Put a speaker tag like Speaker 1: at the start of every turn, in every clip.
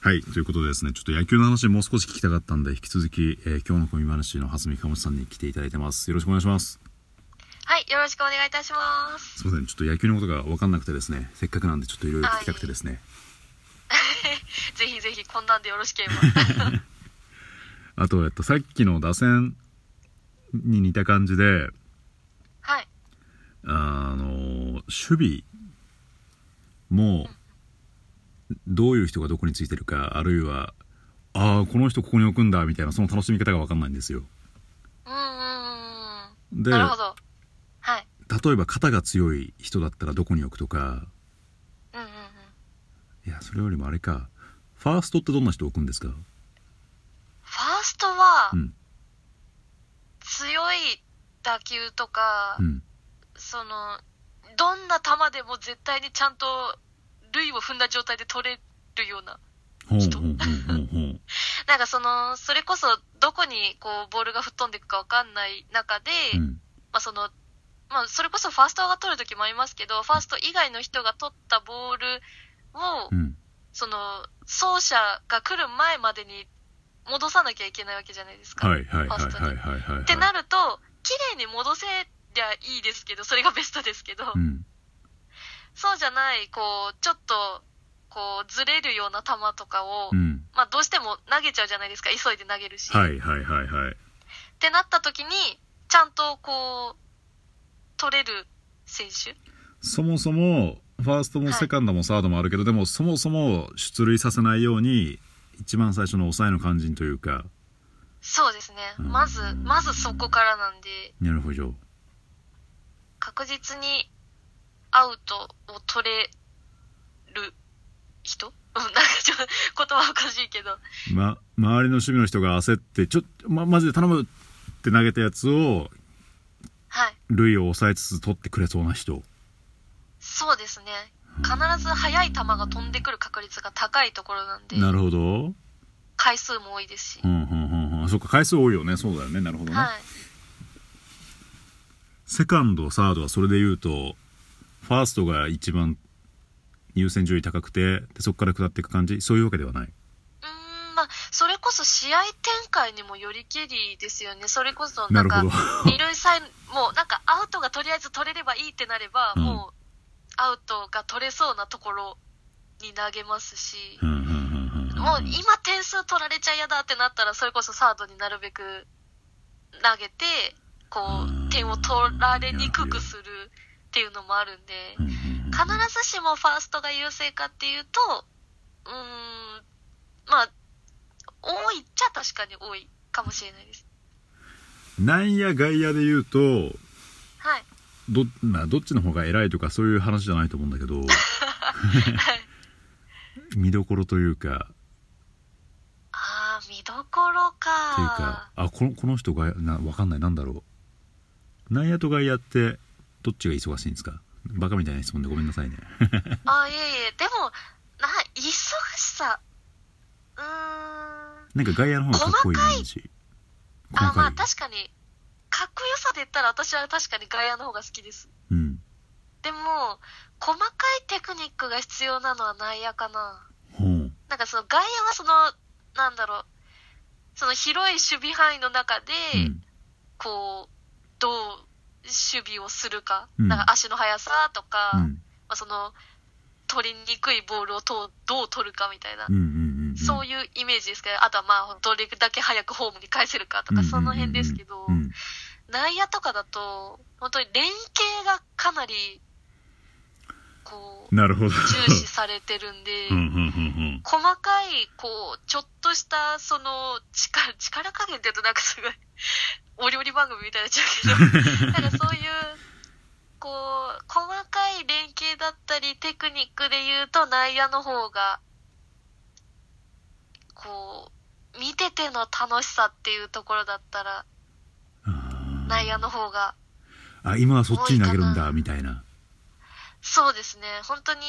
Speaker 1: はい、ということでですね、ちょっと野球の話もう少し聞きたかったんで、引き続き、えー今日の小見話の蓮見かもさんに来ていただいてます。よろしくお願いします。
Speaker 2: はい、よろしくお願いいたします。
Speaker 1: すいません、ちょっと野球のことが分かんなくてですね、せっかくなんでちょっといろいろ聞きたくてですね、
Speaker 2: ぜひぜひ、こんなんでよろしけれ ば。
Speaker 1: あと、えっと、さっきの打線に似た感じで、
Speaker 2: はい、
Speaker 1: あの、守備も、どういう人がどこについてるか、あるいは、ああ、この人ここに置くんだ、みたいな、その楽しみ方が分かんないんですよ。
Speaker 2: うんうんうんうん。
Speaker 1: で、
Speaker 2: なるほど。はい、
Speaker 1: 例えば肩が強い人だったらどこに置くとか、
Speaker 2: うんうんうん。
Speaker 1: いや、それよりもあれか。ファーストってどんな人置くんですか
Speaker 2: ファーストは
Speaker 1: う、ん。
Speaker 2: 強い打球とか、
Speaker 1: うん。
Speaker 2: その、どんな球でも絶対にちゃんと、塁を踏んだ状態で取れるような。
Speaker 1: ほうほう
Speaker 2: 人
Speaker 1: ほうほうほう。
Speaker 2: なんかその、それこそ、どこに、こう、ボールが吹っ飛んでいくかわかんない中で、
Speaker 1: うん。
Speaker 2: まあ、その、まあ、それこそファーストが取るときもありますけど、ファースト以外の人が取ったボールを、
Speaker 1: うん。
Speaker 2: その、走者が来る前までに戻さなきゃいけないわけじゃないですか。
Speaker 1: はいはいはい
Speaker 2: ファーストに
Speaker 1: はいはいはい。
Speaker 2: ってなると、綺麗に戻せりゃいいですけど、それがベストですけど、
Speaker 1: うん。
Speaker 2: そうじゃない、こう、ちょっと、こう、ずれるような球とかを、
Speaker 1: うん。
Speaker 2: まあ、どうしても投げちゃうじゃないですか、急いで投げるし。
Speaker 1: はいはいはいはい。
Speaker 2: ってなった時に、ちゃんとこう、取れる選手
Speaker 1: そもそも、ファーストもセカンドもサードもあるけど、でもそもそも出塁させないように、一番最初の抑えの肝心というか、
Speaker 2: そうですね。
Speaker 1: うん
Speaker 2: まず、まずそこからなんで、
Speaker 1: なるほど。
Speaker 2: 確実にアウトを取れる人 うんなんかちょっと言葉おかしいけど。
Speaker 1: ま、周りの守備の人が焦って、ちょ、ま、マジで頼むって投げたやつを、
Speaker 2: はい。
Speaker 1: 塁を抑えつつ取ってくれそうな人。
Speaker 2: そうですね。必ず速い球が飛んでくる確率が高いところなんで、
Speaker 1: なるほど。
Speaker 2: 回数も多いですし
Speaker 1: う。んうんうんうんあそっか回数多いよねそうだよねなるほどね、
Speaker 2: はい。
Speaker 1: セカンドサードはそれで言うとファーストが一番優先順位高くてでそこから下っていく感じそういうわけではないう
Speaker 2: ーん、まあ、それこそ試合展開にもよりけりですよね。それこそ、
Speaker 1: な
Speaker 2: なん
Speaker 1: る
Speaker 2: か
Speaker 1: ほど、
Speaker 2: 二塁サイン、もうなんかアウトがとりあえず取れればいいってなれば、
Speaker 1: うん
Speaker 2: もうアウトが取れそうなところに投げますし、
Speaker 1: うんうんうんうん
Speaker 2: もう今点数取られちゃ嫌だってなったら、それこそサードになるべく投げて、こ
Speaker 1: うん
Speaker 2: う、点を取られにくくするっていうのもあるんで
Speaker 1: う、んうんうん
Speaker 2: 必ずしもファーストが優勢かっていうと、うーん、まあ、多いっちゃ確かに多いかもしれないです。
Speaker 1: 内野外野で言うと
Speaker 2: はい。
Speaker 1: ど,、まあ、どっちの方が偉いとかそういう話じゃないと思うんだけど見どころというか
Speaker 2: ああ、見どころか。
Speaker 1: っていうかあこのこの人がなわかんないなんだろう内野と外野ってどっちが忙しいんですかバカみたいな質問でごめんなさいね
Speaker 2: あ、いえいえ、でも、な、忙しさ。うーん。あ、
Speaker 1: なんか外野の方がかっこいいイメージ細かい
Speaker 2: まあ確かに、かっこよさで言ったら私は確かに外野の方が好きです。
Speaker 1: うん
Speaker 2: でも、細かいテクニックが必要なのは内野かな。
Speaker 1: ほう
Speaker 2: なんかその外野はその、なんだろう、その広い守備範囲の中で、
Speaker 1: うん
Speaker 2: こう、どう守備をするか。
Speaker 1: うん
Speaker 2: なんか足の速さとか、
Speaker 1: うん
Speaker 2: まあ、その、取りにくいボールをとうどう取るかみたいな。
Speaker 1: うんうんうん
Speaker 2: そういうイメージですけど、あとはまあ、どれだけ早くホームに返せるかと
Speaker 1: うんうんうんう
Speaker 2: か、
Speaker 1: ん
Speaker 2: その辺ですけど
Speaker 1: う、ん
Speaker 2: 内野とかだと、本当に連携がかなり、こう、
Speaker 1: なるほど
Speaker 2: 重視されてるんで
Speaker 1: うん、うんうん
Speaker 2: 細かい、こう、ちょっとした、その、力、 力加減って言うとなんかすごい、 お料理番組みたいになっちゃうけど、 なんかそういう、こう、細かい連携だったり、テクニックで言うと内野の方が、こう、見てての楽しさっていうところだったら、
Speaker 1: うん
Speaker 2: 内野の方が、
Speaker 1: あ今はそっちに投げるんだみたいな
Speaker 2: そうですね、本当に、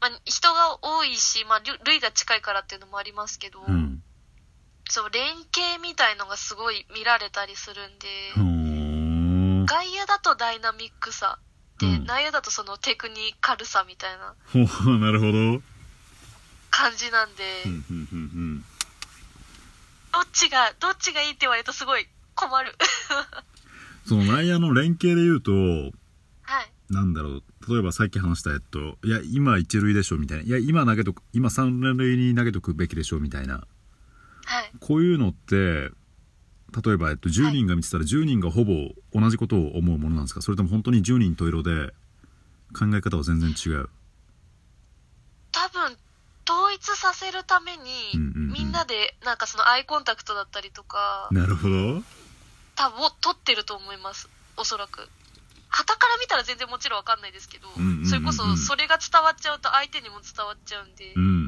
Speaker 2: まあ、人が多いし、まあ、塁塁が近いからっていうのもありますけど、
Speaker 1: うん
Speaker 2: そう、連携みたいのがすごい見られたりするんで、
Speaker 1: ほー
Speaker 2: 外野だとダイナミックさで、
Speaker 1: うん
Speaker 2: 内野だとそのテクニカルさみたいな
Speaker 1: ほうなるほど
Speaker 2: 感じなんで、
Speaker 1: うんうんうん
Speaker 2: どっちが、どっちがいいって言われるとすごい困る。
Speaker 1: その内野の連携で言うと、
Speaker 2: はい。
Speaker 1: なんだろう、例えばさっき話した、えっと、いや、今一塁でしょ、みたいな。いや、今投げとく、今三塁に投げとくべきでしょ、みたいな。
Speaker 2: はい。
Speaker 1: こういうのって、例えば、えっと、10人が見てたら10人がほぼ同じことを思うものなんですかそれとも本当に10人と色で考え方は全然違う。
Speaker 2: 多分、統一させるために、
Speaker 1: うんうんうん
Speaker 2: みんなで、なんかそのアイコンタクトだったりとか、
Speaker 1: なるほど。
Speaker 2: 多分を取ってると思います。おそらく。旗から見たら全然もちろんわかんないですけど、
Speaker 1: うんうんうんうん
Speaker 2: それこそそれが伝わっちゃうと相手にも伝わっちゃうんで、
Speaker 1: うん。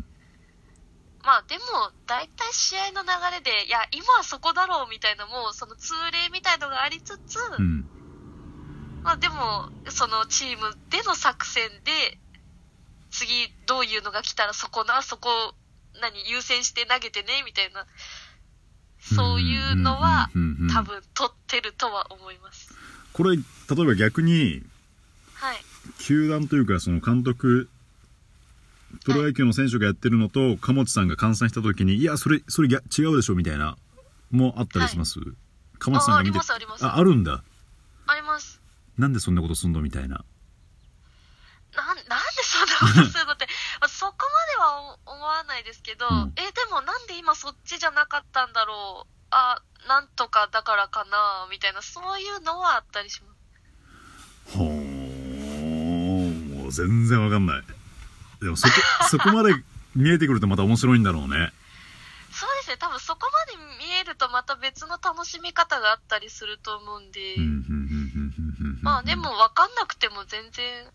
Speaker 2: まあでも大体試合の流れでいや今はそこだろうみたいなもうその通例みたいのがありつつ、
Speaker 1: うん。
Speaker 2: まあでも、そのチームでの作戦で、次どういうのが来たらそこな、そこ、何、優先して投げてね、みたいな、そういうのは
Speaker 1: うんうんうんうん、
Speaker 2: 多分取ってるとは思います。
Speaker 1: これ、例えば逆に、
Speaker 2: はい。
Speaker 1: 球団というかその監督プロ野球の選手がやってるのと貨物さんが換算した時にいやそれそれぎゃ違うでしょみたいなもあったりします、貨物さんが見て
Speaker 2: あありますあります
Speaker 1: ああるんだ
Speaker 2: あります。
Speaker 1: なんでそんなことすんのみたいな
Speaker 2: なん、なんでそんなことするの って、まあ、そこまでは思わないですけど、
Speaker 1: うん
Speaker 2: え、でもなんで今そっちじゃなかったんだろう。あ、なんとかだからかな、みたいな、そういうのはあったりします。
Speaker 1: ほーもう全然わかんないで もそこそこまで見えてくるとまた面白いんだろうね
Speaker 2: そうですね、多分そこまで見えるとまた別の楽しみ方があったりすると思うんで、
Speaker 1: うんうんうんうんうんうんうん
Speaker 2: まあでも分かんなくても全然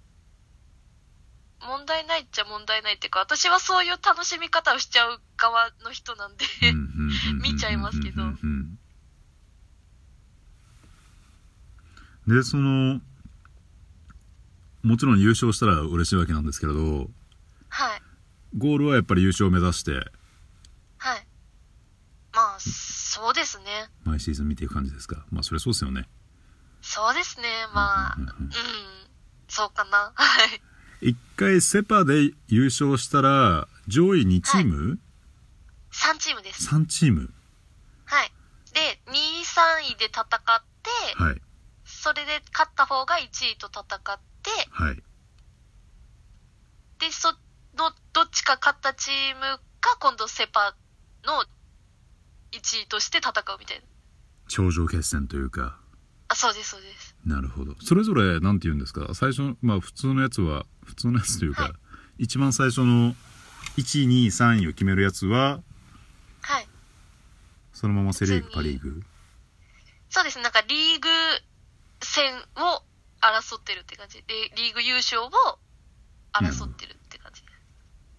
Speaker 2: 問題ないっちゃ問題ないっていうか、私はそういう楽しみ方をしちゃう側の人なんで、
Speaker 1: うんうんうんうんうんうん
Speaker 2: 見ちゃいますけど
Speaker 1: でそのもちろん優勝したら嬉しいわけなんですけれど
Speaker 2: はい、
Speaker 1: ゴールはやっぱり優勝を目指して
Speaker 2: はい。まあ、そうですね。
Speaker 1: 毎シーズン見ていく感じですかまあそれそうですよね
Speaker 2: そうですね、まあ、
Speaker 1: う
Speaker 2: うん
Speaker 1: うんうん
Speaker 2: ん、そうかな。はい。
Speaker 1: 一回セ・パで優勝したら上位2チーム、
Speaker 2: 3チームです。
Speaker 1: 3チーム
Speaker 2: はい。で、2位、3位で戦って、
Speaker 1: はい
Speaker 2: それで勝った方が1位と戦って、
Speaker 1: はい
Speaker 2: で、その、どっちか勝ったチームが今度セパの1位として戦うみたいな。
Speaker 1: 頂上決戦というか
Speaker 2: あ、そうです、そうです。
Speaker 1: なるほどそれぞれなんて言うんですか最初のまあ普通のやつは普通のやつというか、
Speaker 2: はい
Speaker 1: 一番最初の123位を決めるやつは
Speaker 2: はい。
Speaker 1: そのままセ・リーグ
Speaker 2: 普
Speaker 1: パ・
Speaker 2: 通
Speaker 1: リ
Speaker 2: に
Speaker 1: ーグ
Speaker 2: そうですね、なんかリーグ戦を争ってるって感じ。で、リーグ優勝を争ってるって感じ。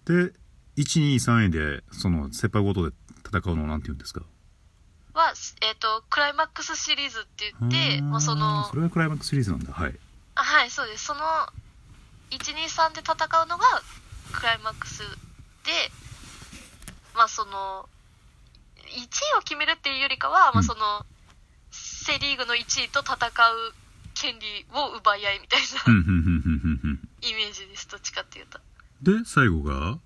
Speaker 1: で123位でそのセ・パごとで戦うのをなんて言うんですか
Speaker 2: は、えっ、と、クライマックスシリーズって言って、
Speaker 1: あー
Speaker 2: もうその、
Speaker 1: それがクライマックスシリーズなんだはい
Speaker 2: あはいそうですその123で戦うのがクライマックスでまあその1位を決めるっていうよりかは、
Speaker 1: う
Speaker 2: ま
Speaker 1: ん
Speaker 2: あそのセ・リーグの1位と戦う権利を奪い合いみたい
Speaker 1: うん
Speaker 2: な
Speaker 1: うんうんうんうんうん
Speaker 2: イメージですどっちかっていうと
Speaker 1: で最後が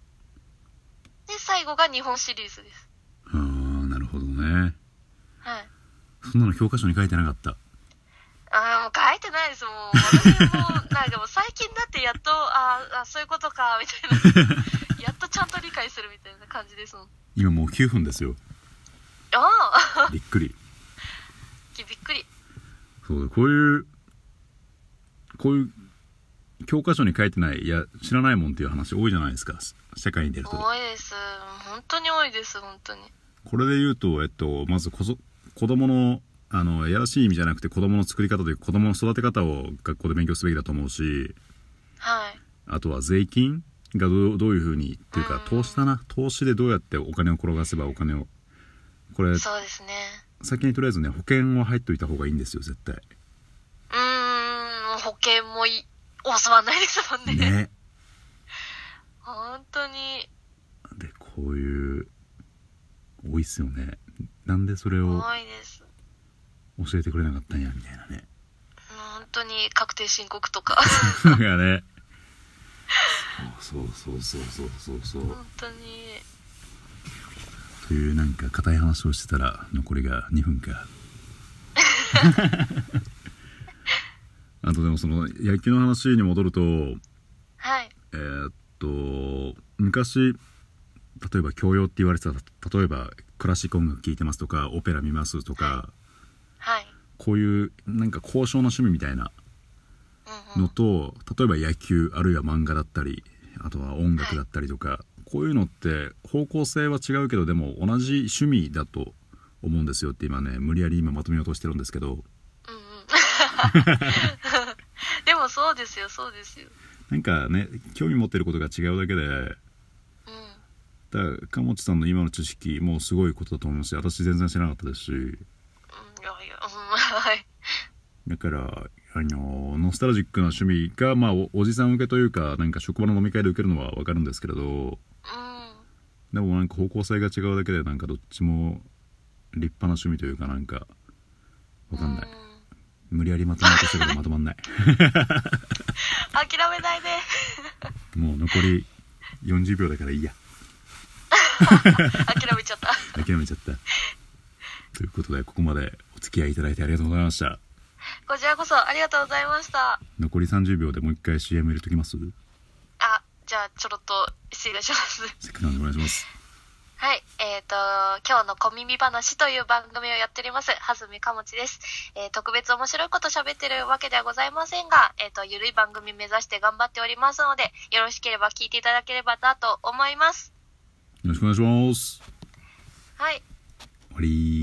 Speaker 2: で最後が日本シリーズです
Speaker 1: ああなるほどね
Speaker 2: はい
Speaker 1: そんなの教科書に書いてなかった
Speaker 2: ああ、もう書いてないです、 もう。私もう、なんかもう最近だってやっと、あーあ、そういうことか、みたい な。やっとちゃんと理解するみたいな感じですもん。
Speaker 1: 今もう9分 ですよ
Speaker 2: ああ
Speaker 1: びっくり
Speaker 2: びっくり。
Speaker 1: そうだこういうこういう教科書に書いてないいや知らないもんっていう話多いじゃないですか社会に出ると
Speaker 2: 多いです。本当に多いです、本当に。
Speaker 1: これで言うと、えっと、まずこそ子供のあのいやらしい意味じゃなくて子供の作り方というか子供の育て方を学校で勉強すべきだと思うし
Speaker 2: はい。
Speaker 1: あとは税金がどうどういうふうにっていうか
Speaker 2: うん
Speaker 1: 投資だな投資でどうやってお金を転がせばお金をこれ
Speaker 2: そうですね。
Speaker 1: 先にとりあえずね保険は入っといた方がいいんですよ絶 対
Speaker 2: うーん、保険もい、教わんないですもんね。
Speaker 1: ね
Speaker 2: 本当に。
Speaker 1: でこういう多いっすよねなんでそれを
Speaker 2: 多いです。
Speaker 1: 教えてくれなかったんやみたいなね
Speaker 2: 本当に確定申告とか。
Speaker 1: だからねそうそうそうそうそうそうそう
Speaker 2: 本当に。
Speaker 1: というなんか硬い話をしてたら残りが2分かあとでもその野球の話に戻ると
Speaker 2: はい
Speaker 1: えーっと昔例えば教養って言われてた例えばクラシック音楽聴いてますとかオペラ見ますとか
Speaker 2: はい
Speaker 1: こういうなんか高尚な趣味みたいな
Speaker 2: うん
Speaker 1: の
Speaker 2: うん
Speaker 1: と例えば野球あるいは漫画だったりあとは音楽だったりとか、こういうのって方向性は違うけどでも同じ趣味だと思うんですよって今ね無理やり今まとめようとしてるんですけど
Speaker 2: うん うんでもそうですよそうですよ
Speaker 1: なんかね興味持ってることが違うだけで
Speaker 2: うん
Speaker 1: だから鴨地さんの今の知識もうすごいことだと思いますし私全然知らなかったですし
Speaker 2: うんいやいやうんはい
Speaker 1: だからあのノスタルジックな趣味が、まあ、おおじさん向けというかなんか職場の飲み会で受けるのは分かるんですけれど
Speaker 2: うん
Speaker 1: でもなんか方向性が違うだけでなんかどっちも立派な趣味というかなんかわかんない、
Speaker 2: うん
Speaker 1: 無理やりまとめようとしたけどまとまん ない
Speaker 2: 諦めないで
Speaker 1: もう残り40秒だからいいや
Speaker 2: 諦めちゃった
Speaker 1: 諦めちゃったということでここまでお付き合いいただいてありがとうございました
Speaker 2: こちらこそありがとうございました
Speaker 1: 残り30秒でもう一回 CM 入れときます
Speaker 2: あじゃあちょろっと失礼いたします
Speaker 1: せっかくなんでお願いします
Speaker 2: はい、えっ、と、今日の小耳話という番組をやっております、はずみかもちです。えー特別面白いこと喋ってるわけではございませんが、えっ、と、ゆるい番組目指して頑張っておりますので、よろしければ聞いていただければなと思います。
Speaker 1: よろしくお願いします
Speaker 2: はい、
Speaker 1: 終わり